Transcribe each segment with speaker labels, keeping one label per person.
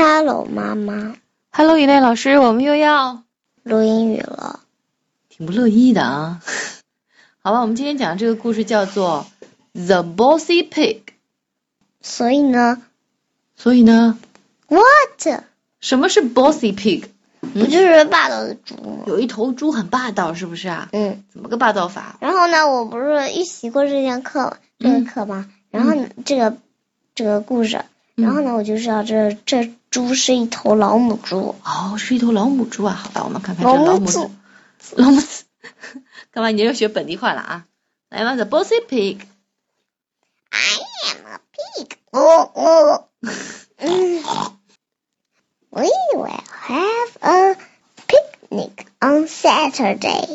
Speaker 1: Hello，妈妈，
Speaker 2: Hello，以内老师，我们又要
Speaker 1: 录英语了。
Speaker 2: 挺不乐意的啊。 好吧，我们今天讲这个故事叫做《The Bossy Pig》。
Speaker 1: 所以呢
Speaker 2: 所以呢，
Speaker 1: ，What？
Speaker 2: 什么是 Bossy Pig？
Speaker 1: 不就是霸道的主吗？
Speaker 2: 有一头猪很霸道，是不是啊？
Speaker 1: 嗯。
Speaker 2: 怎么个霸道法？
Speaker 1: 然后呢，我不是预习过这节课这个
Speaker 2: 嗯
Speaker 1: 课吗？然后呢这个这个故事，然后呢，我就知道这这猪是一头老母猪。
Speaker 2: 哦，是一头老母猪啊。好吧，我们看看这
Speaker 1: 老母
Speaker 2: 老母
Speaker 1: 猪
Speaker 2: 猪。老母猪，干嘛？你又学本地话了啊？来吧，《The Bossy Pig》。
Speaker 1: 哦哦。嗯。We will have a picnic on Saturday.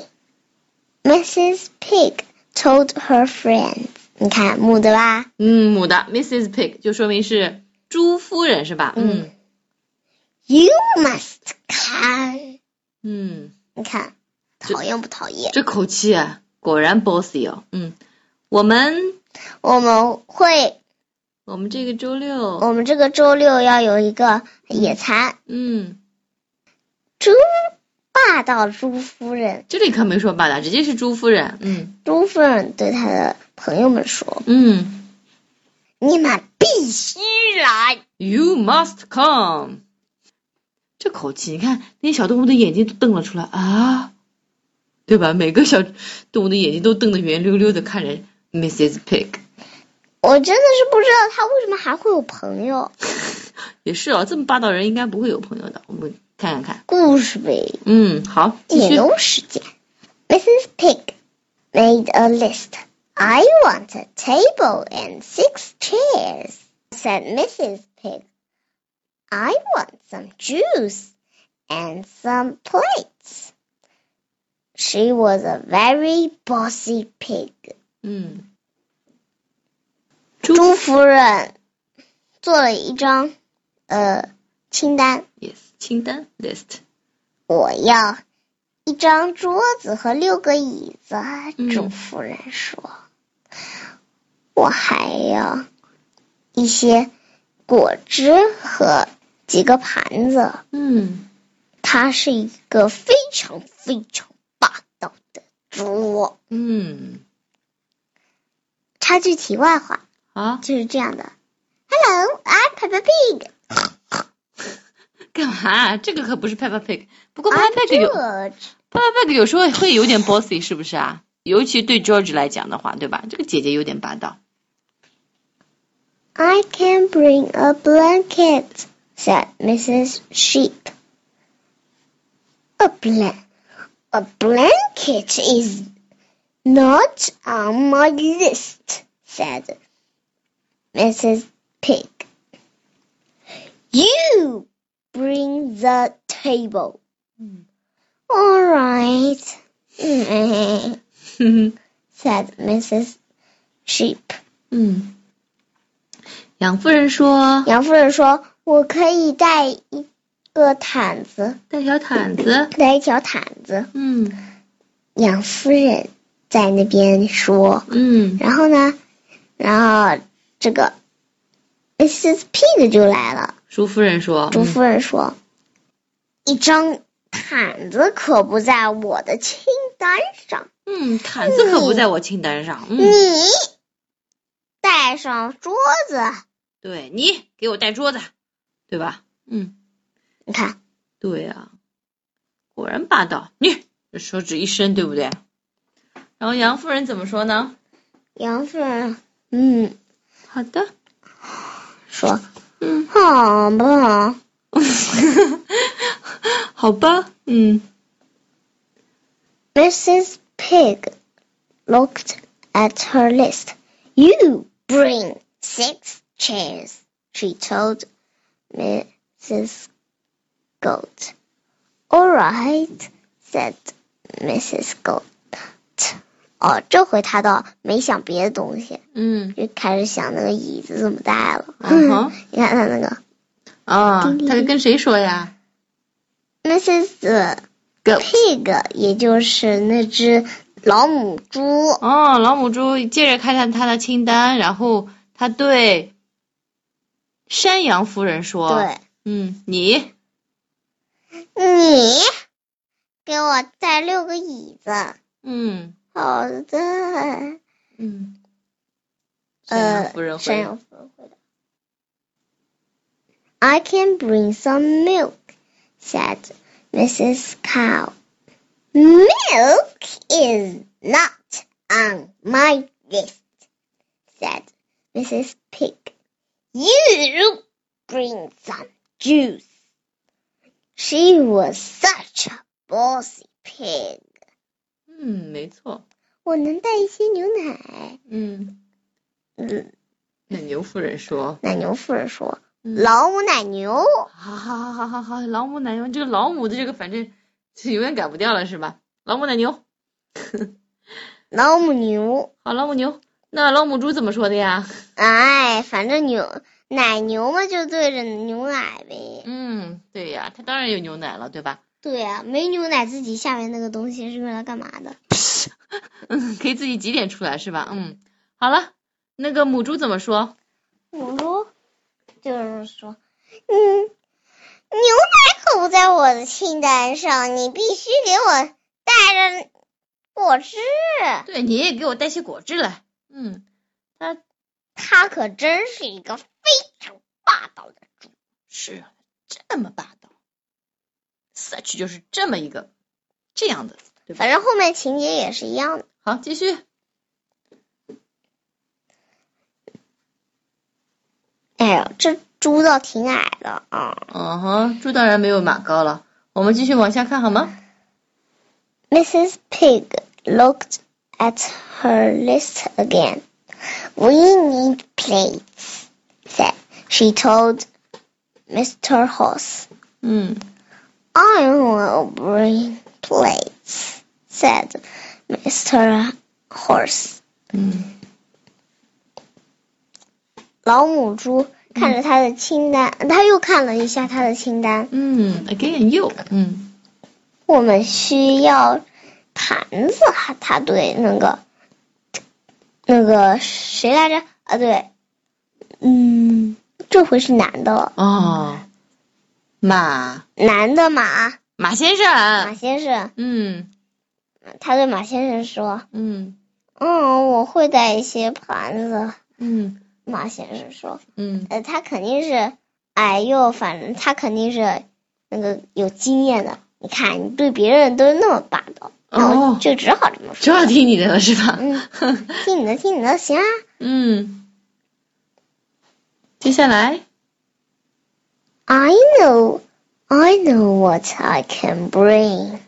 Speaker 1: Mrs. Pig told her friends. 你看母的吧？
Speaker 2: 嗯，母的 Mrs. Pig 就说明是猪夫人是吧？
Speaker 1: 嗯 You must come。
Speaker 2: 嗯。
Speaker 1: 你看，
Speaker 2: 这
Speaker 1: 讨厌不讨厌？
Speaker 2: 这口气啊，果然 bossy 哦。嗯，我们
Speaker 1: 我们会，
Speaker 2: 我们这个周六，
Speaker 1: 我们这个周六要有一个野餐。
Speaker 2: 嗯，
Speaker 1: 猪霸道猪夫人，
Speaker 2: 这里可没说霸道，直接是朱夫人。嗯
Speaker 1: 猪夫人对她的朋友们说
Speaker 2: 嗯：“
Speaker 1: 你们必须来。
Speaker 2: ，You must come。这口气，你看那些小动物的眼睛都瞪了出来啊，对吧？每个小动物的眼睛都瞪得圆溜溜的看着 Mrs. Pig。”
Speaker 1: 我真的是不知道她为什么还会有朋友。
Speaker 2: 也是哦，这么霸道人应该不会有朋友的。我们看看看，
Speaker 1: 故事呗，
Speaker 2: 嗯，好，继
Speaker 1: 解
Speaker 2: 续。
Speaker 1: 忧时间。Mrs. Pig made a list. I want a table and six chairs, said Mrs. Pig. I want some juice and some plates. She was a very bossy pig.
Speaker 2: 嗯，
Speaker 1: 朱夫人做了一张呃清单，
Speaker 2: yes，清单 list。
Speaker 1: 我要一张桌子和六个椅子。
Speaker 2: 嗯
Speaker 1: 主夫人说：“我还要一些果汁和几个盘子。
Speaker 2: 嗯。”
Speaker 1: 它是一个非常非常霸道的猪。
Speaker 2: 嗯，
Speaker 1: 插句题外话，
Speaker 2: 啊，
Speaker 1: 就是这样的。Hello, I'm Peppa Pig.
Speaker 2: 干嘛？这个可不是 Peppa Pig。不过
Speaker 1: I'm
Speaker 2: Peppa Pig 有
Speaker 1: George.
Speaker 2: Peppa Pig 有时候会有点 bossy，是不是啊？尤其对 George 来讲的话，对吧？这个姐姐有点霸道。
Speaker 1: I can bring a blanket, said Mrs. Sheep. A blan a blanket is not on my list, said Mrs. Pig. You bring the table.
Speaker 2: 嗯
Speaker 1: All right, said
Speaker 2: 哼，
Speaker 1: Mrs. Sheep.
Speaker 2: 嗯。养夫人说
Speaker 1: 杨夫人说：“我可以带一个毯子，
Speaker 2: 带小毯子。
Speaker 1: 带一条毯子。
Speaker 2: 嗯”
Speaker 1: 杨夫人在那边说，
Speaker 2: 嗯
Speaker 1: 然后呢，然后这个 Mrs. Pig 就来了。
Speaker 2: 朱夫人说。
Speaker 1: 朱夫人说：“一张毯子可不在我的清单上，
Speaker 2: 嗯，毯子可不在我清单上。
Speaker 1: 你
Speaker 2: 嗯，
Speaker 1: 带上桌子。
Speaker 2: 对你给我带桌子，对吧？嗯，
Speaker 1: 你看，
Speaker 2: 对呀、果然霸道。你这手指一伸，对不对？然后杨夫人怎么说呢？
Speaker 1: 杨夫人，嗯，
Speaker 2: 好的，
Speaker 1: 说，
Speaker 2: 嗯，
Speaker 1: 好吧。”
Speaker 2: 好吧，嗯
Speaker 1: Mrs. Pig looked at her list. You bring six chairs, she told Mrs. Goat. All right, said Mrs. Goat. 哦，这回他倒没想别的东西，
Speaker 2: 嗯，
Speaker 1: 就开始想那个椅子怎么带了。
Speaker 2: 嗯哼
Speaker 1: 你看他那个
Speaker 2: 啊，
Speaker 1: 叮叮
Speaker 2: 他跟谁说呀？
Speaker 1: Mrs.
Speaker 2: 狗
Speaker 1: Pig，也就是那只老母猪。
Speaker 2: 哦，老母猪接着看看他的清单，然后他对山羊夫人说：“
Speaker 1: 对，
Speaker 2: 嗯，你
Speaker 1: 你给我带六个椅子。
Speaker 2: 嗯
Speaker 1: 好的。
Speaker 2: 嗯，山羊
Speaker 1: 呃
Speaker 2: 夫人，
Speaker 1: 山
Speaker 2: 回
Speaker 1: 羊夫人回答。I can bring some milk, said Mrs. Cow. Milk is not on my list, said Mrs. Pig. You bring some juice. She was such a bossy pig.
Speaker 2: 嗯，没错，
Speaker 1: 我能带一些牛奶。
Speaker 2: 嗯，
Speaker 1: 嗯，
Speaker 2: 奶牛夫人说，
Speaker 1: 奶牛夫人说：“
Speaker 2: 嗯
Speaker 1: 老母奶牛。”
Speaker 2: 好好好好好好，老母奶牛，这个老母的这个反正是永远改不掉了，是吧？老母奶牛，
Speaker 1: 老母牛，
Speaker 2: 好，老母牛，那老母猪怎么说的呀？
Speaker 1: 哎，反正牛奶牛嘛，就对着牛奶呗。
Speaker 2: 嗯，对呀，它当然有牛奶了，对吧？
Speaker 1: 对呀、没牛奶自己下面那个东西是用来干嘛的？
Speaker 2: 嗯，可以自己挤点出来，是吧？嗯，好了，那个母猪怎么说？
Speaker 1: 母猪就是说，嗯，牛奶可不在我的清单上，你必须给我带着果汁。
Speaker 2: 对，你也给我带些果汁来。嗯，
Speaker 1: 它可真是一个非常霸道的猪。
Speaker 2: 是啊这么霸道，such 就是这么一个这样的，对吧？
Speaker 1: 反正后面情节也是一样的。
Speaker 2: 好，继续。
Speaker 1: 哎呦，这猪倒挺矮的啊。
Speaker 2: 嗯哼，猪当然没有马高了。我们继续往下看好吗？
Speaker 1: Mrs. Pig looked at her list again. We need plates, said she told Mr. Horse.
Speaker 2: 嗯
Speaker 1: I will bring plates, said Mr. Horse.
Speaker 2: 嗯
Speaker 1: 老母猪看着他的清单，他又看了一下他的清单。
Speaker 2: 嗯，again you，嗯
Speaker 1: 我们需要盘子，他对那个那个谁来着？啊，对，嗯，这回是男的了，
Speaker 2: 哦，马
Speaker 1: 男的马
Speaker 2: 马先
Speaker 1: 马
Speaker 2: 生，
Speaker 1: 先生，
Speaker 2: 嗯
Speaker 1: 他对马先生说
Speaker 2: 嗯：“
Speaker 1: 嗯，我会带一些盘子。
Speaker 2: 嗯”
Speaker 1: 马先生说
Speaker 2: 嗯：“
Speaker 1: 呃，他肯定是，哎呦，反正他肯定是那个有经验的。你看，你对别人都那么霸道，那我
Speaker 2: 哦
Speaker 1: 就只好这么
Speaker 2: 只
Speaker 1: 说。
Speaker 2: 好听你的了是吧？
Speaker 1: 嗯， 听你的，听你的，行啊。”
Speaker 2: 嗯，接下来，
Speaker 1: I know, I know what I can bring,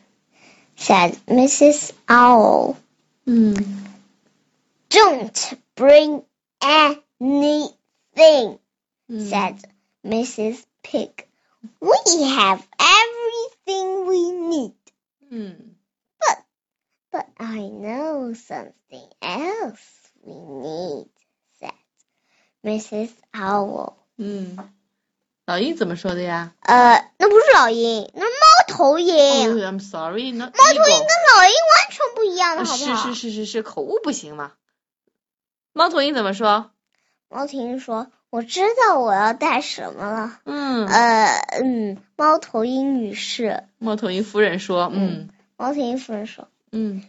Speaker 1: said Mrs. Owl.
Speaker 2: 嗯
Speaker 1: Don't bring anything,
Speaker 2: 嗯
Speaker 1: said Mrs. Pig. We have everything we need,
Speaker 2: 嗯
Speaker 1: but I know something else we need, said Mrs. Owl.
Speaker 2: 嗯，老鹰怎么说的呀？
Speaker 1: 呃，Uh, 那不是老鹰，那猫头鹰，
Speaker 2: 哦
Speaker 1: 跟
Speaker 2: ，I'm sorry，那猫头鹰
Speaker 1: 老鹰完全不一样的，好不
Speaker 2: 是
Speaker 1: 好？
Speaker 2: 是是是是，口误不行嘛。猫头鹰怎么说？
Speaker 1: 猫头鹰说：“我知道我要带什么了。”
Speaker 2: 嗯，
Speaker 1: 呃，嗯，猫头鹰女士，
Speaker 2: 猫头鹰夫人说，嗯
Speaker 1: 猫头鹰夫人说
Speaker 2: 嗯，：“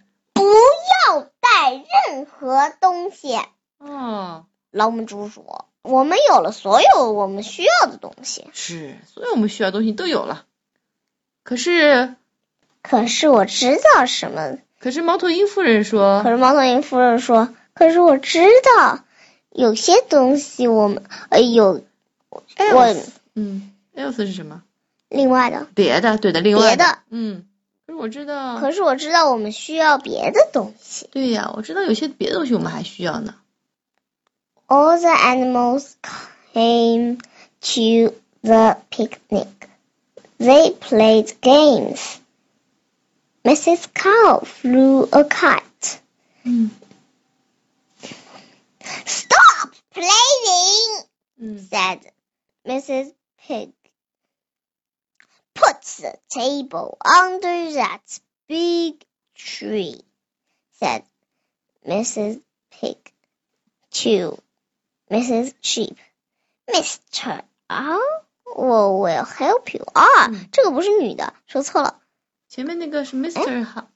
Speaker 1: 要带任何东西。
Speaker 2: 哦，”
Speaker 1: 老母猪说：“我们有了所有我们需要的东西，
Speaker 2: 是，所有我们需要的东西都有了。可是
Speaker 1: 可是我知道什么？
Speaker 2: 可是猫头鹰夫人
Speaker 1: 可
Speaker 2: 说，
Speaker 1: 是猫头鹰夫人说：‘可是我知道有些东西我们呃有我
Speaker 2: 嗯，else 是什么？
Speaker 1: 另外的，
Speaker 2: 别的，对的，另外
Speaker 1: 别的，
Speaker 2: 嗯。可是我知道，
Speaker 1: 可是我知道我们需要别的东西。’”
Speaker 2: 对呀，我知道有些别的东西我们还需要呢。
Speaker 1: All the animals came to the picnic. They played games. Mrs. Cow flew a kite.
Speaker 2: 嗯
Speaker 1: Stop playing,
Speaker 2: 嗯
Speaker 1: said Mrs. Pig. Put the table under that big tree, said Mrs. Pig to Mrs. Sheep. Mr. Owl 我 will help you 啊，
Speaker 2: 嗯
Speaker 1: 这个不是女的，说错了。
Speaker 2: 前面那个是 Mr. 好，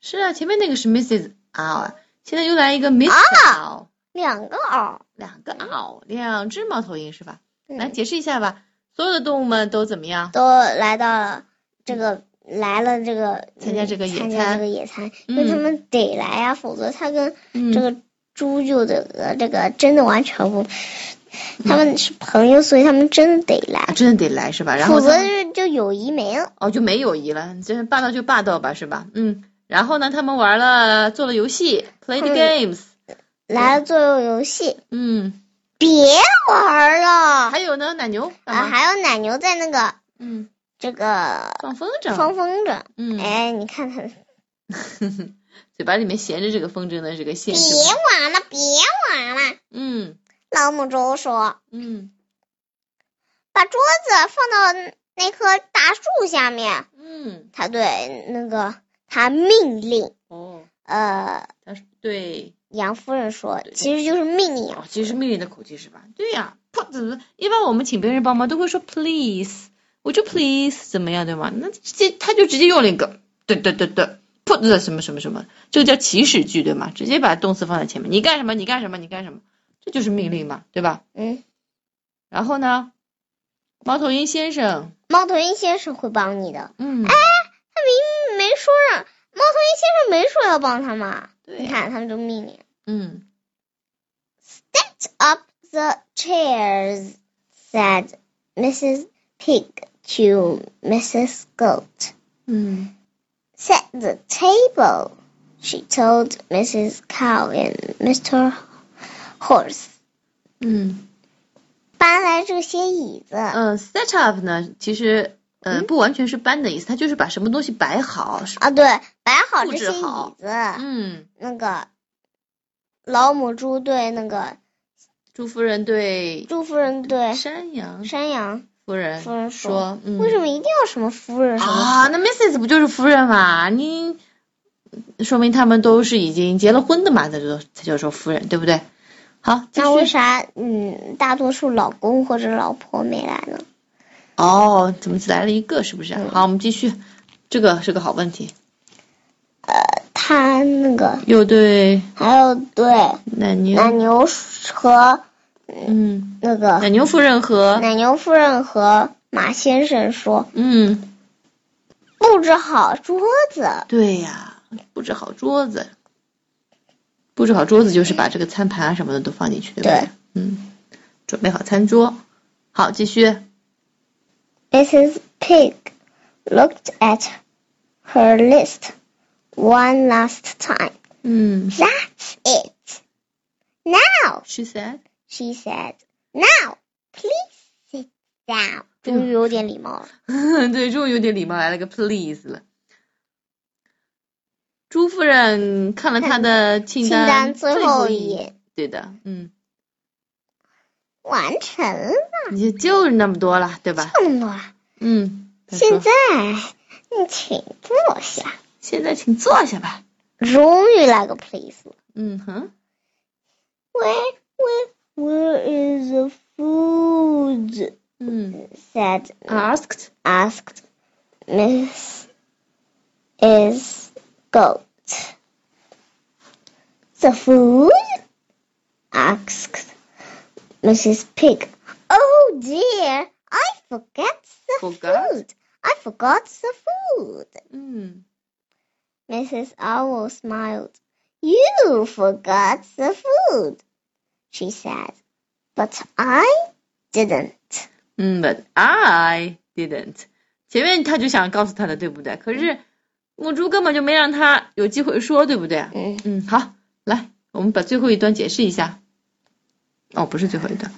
Speaker 2: 是啊，前面那个是 Mrs. 嗷，现在又来一个 Mr. 嗷，
Speaker 1: 两个啊耳，
Speaker 2: 两个嗷，两只猫头鹰是吧？
Speaker 1: 嗯
Speaker 2: 来解释一下吧，所有的动物们都怎么样？
Speaker 1: 都来到了这个来了这个
Speaker 2: 参加这个
Speaker 1: 嗯
Speaker 2: 野
Speaker 1: 参加
Speaker 2: 餐
Speaker 1: 这个野餐，因为他
Speaker 2: 嗯
Speaker 1: 们得来呀、否则他跟
Speaker 2: 嗯，
Speaker 1: 这个猪就这个这个真的完全不，他们是朋友，所以他们真的得
Speaker 2: 啊
Speaker 1: 来，
Speaker 2: 真的得来是吧？啊然后
Speaker 1: 否则
Speaker 2: 他们
Speaker 1: 就就友谊没了。
Speaker 2: 哦就没友谊了，这霸道就霸道吧是吧？嗯，然后呢，他们玩了做了游戏，played
Speaker 1: 嗯
Speaker 2: games，
Speaker 1: 来做游戏，
Speaker 2: 嗯，啊
Speaker 1: 别玩了。
Speaker 2: 还有呢，奶牛干
Speaker 1: 啊，
Speaker 2: 嘛
Speaker 1: 还有奶牛在那个
Speaker 2: 嗯，
Speaker 1: 这个
Speaker 2: 放风筝，
Speaker 1: 放风筝，
Speaker 2: 嗯，
Speaker 1: 哎，你看他，别
Speaker 2: 嘴巴里面衔着这个风筝的这个线是吧？
Speaker 1: 玩了，别玩了。
Speaker 2: 嗯
Speaker 1: 老母猪说
Speaker 2: 嗯：“
Speaker 1: 把桌子放到那棵大树下面。
Speaker 2: 嗯，”
Speaker 1: 他对那个他命令，
Speaker 2: 哦，
Speaker 1: 呃，
Speaker 2: 他说对，
Speaker 1: 杨夫人说，
Speaker 2: 对
Speaker 1: 其实就是命令啊
Speaker 2: 哦，其实命令的口气是吧？对呀、不怎么一般我们请别人帮忙都会说 please，我就 please 怎么样对吗？那直接他就直接用了一个对对对对 put 的什么什么什么，这个叫祈使句对吗？直接把动词放在前面，你干什么？你干什么？你干什么？这就是命令嘛，对吧？
Speaker 1: 嗯，
Speaker 2: 然后呢，猫头鹰先生，
Speaker 1: 猫头鹰先生会帮你的。
Speaker 2: 嗯，
Speaker 1: 没说让猫头鹰先生没说要帮他嘛，
Speaker 2: 对
Speaker 1: 你看他们就命令。
Speaker 2: 嗯
Speaker 1: up the chairs, said Mrs. Pig to Mrs. Goat.
Speaker 2: 嗯
Speaker 1: Set the table, she told Mrs. Cow and Mr. Horse.
Speaker 2: 嗯
Speaker 1: 搬来这些椅子，
Speaker 2: 呃，set up 呢，其实呃不完全是搬的意思，它就是把什么东西摆好，是吧？
Speaker 1: 啊，对，摆好这些
Speaker 2: 布置
Speaker 1: 椅
Speaker 2: 好
Speaker 1: 子。
Speaker 2: 嗯。
Speaker 1: 那个老母猪对那个
Speaker 2: 朱夫人对
Speaker 1: 猪夫人对
Speaker 2: 山羊
Speaker 1: 山羊，
Speaker 2: 夫人
Speaker 1: 夫人说
Speaker 2: 说：“嗯，
Speaker 1: 为什么一定要什么夫人什么？
Speaker 2: 啊？那 Mrs 不就是夫人嘛？你说明他们都是已经结了婚的嘛，才就才叫说夫人，对不对？好，继
Speaker 1: 那为
Speaker 2: 续。
Speaker 1: 啥嗯，大多数老公或者老婆没来呢？
Speaker 2: 哦，怎么只来了一个？是不是？啊
Speaker 1: 嗯
Speaker 2: 好，我们继续。这个是个好问题。
Speaker 1: 呃他那个
Speaker 2: 又对
Speaker 1: 还有对
Speaker 2: 奶牛，
Speaker 1: 奶牛和
Speaker 2: 哦嗯，
Speaker 1: 那个
Speaker 2: 奶牛夫人和
Speaker 1: 奶牛夫人和马先生说，
Speaker 2: 嗯，
Speaker 1: 布置好桌子，
Speaker 2: 对呀，布置好桌子，布置好桌子就是把这个餐盘啊什么的都放进去，对不
Speaker 1: 对
Speaker 2: 对嗯，准备好餐桌。好，继续。
Speaker 1: Mrs. Pig looked at her list one last time.
Speaker 2: 嗯
Speaker 1: That's it. Now,
Speaker 2: ，She said，
Speaker 1: she said. Now, please sit down. 终于有点礼貌了。
Speaker 2: 对，终于有点礼貌来了个 please 了。朱夫人看了他的清
Speaker 1: 清单
Speaker 2: 最
Speaker 1: 最后一
Speaker 2: 一
Speaker 1: 页
Speaker 2: 对的，嗯，
Speaker 1: 完成了，
Speaker 2: 也就是那么多了，对吧？
Speaker 1: 这么多了。
Speaker 2: 嗯，她
Speaker 1: 现
Speaker 2: 说
Speaker 1: 在你请坐下。
Speaker 2: 现在请坐下吧。
Speaker 1: 终于来个 please 了。
Speaker 2: 嗯哼，
Speaker 1: Where where where is the food?
Speaker 2: 嗯
Speaker 1: said
Speaker 2: ，asked，
Speaker 1: asked Miss is goat. The food? asked Mrs. Pig. Oh dear, I forget the
Speaker 2: Forgot?
Speaker 1: food. I forgot the food.
Speaker 2: 嗯
Speaker 1: Mrs. Owl smiled. You forgot the food, she said. But I didn't.
Speaker 2: 嗯，But I didn't。前面他就想告诉他的，对不对？可是母猪根本就没让他有机会说，对不对？
Speaker 1: 嗯
Speaker 2: 嗯，好，来，我们把最后一段解释一下。哦，不是最后一段，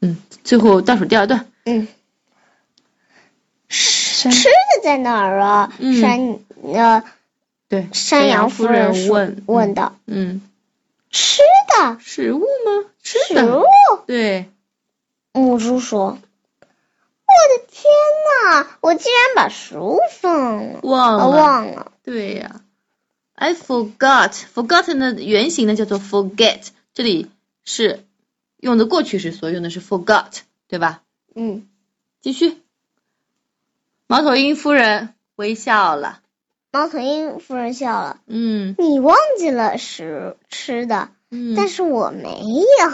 Speaker 2: 嗯，最后倒数第二段。
Speaker 1: 嗯，
Speaker 2: 山
Speaker 1: 吃的在哪儿啊？
Speaker 2: 嗯
Speaker 1: 山呃，
Speaker 2: 对，
Speaker 1: 山羊
Speaker 2: 夫
Speaker 1: 夫人说
Speaker 2: 问
Speaker 1: 问，道：“
Speaker 2: 嗯，
Speaker 1: 吃的
Speaker 2: 食物吗？吃
Speaker 1: 食
Speaker 2: 的，
Speaker 1: 物？”
Speaker 2: 对，
Speaker 1: 母猪说：“我的天哪，我竟然把食物放了，
Speaker 2: 忘
Speaker 1: 啊
Speaker 2: 了，
Speaker 1: 忘了。
Speaker 2: 对呀、i forgot forgotten 的原型呢叫做 forget，这里是用的过去式，所用的是 forgot，对吧？
Speaker 1: 嗯，
Speaker 2: 继续。猫头鹰夫人微笑了。
Speaker 1: 猫头鹰夫人笑了。
Speaker 2: 嗯
Speaker 1: 你忘记了食吃的，
Speaker 2: 嗯，
Speaker 1: 但是我没有。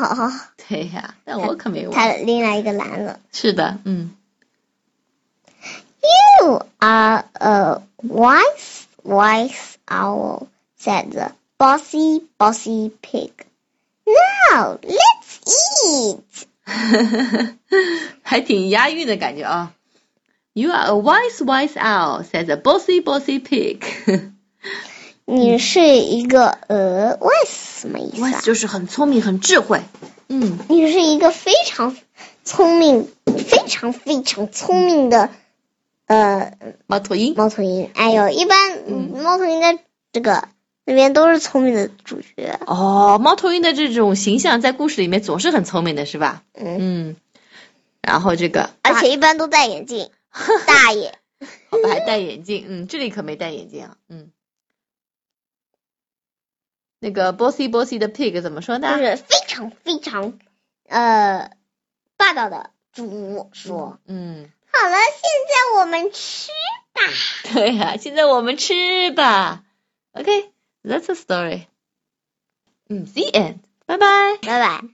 Speaker 2: 对呀、但我可没忘。
Speaker 1: 他拎来一个篮子。
Speaker 2: 是的，嗯，
Speaker 1: You are a wise, wise owl," said the bossy, bossy pig. "Now let's eat."
Speaker 2: 还挺押韵的感觉啊。You are a wise, wise owl," says a bossy, bossy pig 。
Speaker 1: 你是一个呃，wise 什么意思啊
Speaker 2: wise？就是很聪明，很智慧。嗯，
Speaker 1: 你是一个非常聪明、非常非常聪明的呃
Speaker 2: 猫头鹰。
Speaker 1: 猫头鹰。哎呦，一般
Speaker 2: 嗯
Speaker 1: 猫头鹰在这个那边都是聪明的主角。
Speaker 2: 哦，猫头鹰的这种形象在故事里面总是很聪明的，是吧？
Speaker 1: 嗯，
Speaker 2: 嗯。然后这个，
Speaker 1: 而且一般都戴眼镜，大爷。
Speaker 2: 好哦吧，还戴眼镜，嗯，这里可没戴眼镜啊，嗯。那个 bossy bossy 的 pig 怎么说呢
Speaker 1: 就？是非常非常呃霸道的主说：“
Speaker 2: 嗯，
Speaker 1: 好了，现在我们吃吧。
Speaker 2: 对呀、现在我们吃吧。OK，that's、a story。嗯，the end，拜拜。
Speaker 1: 拜拜。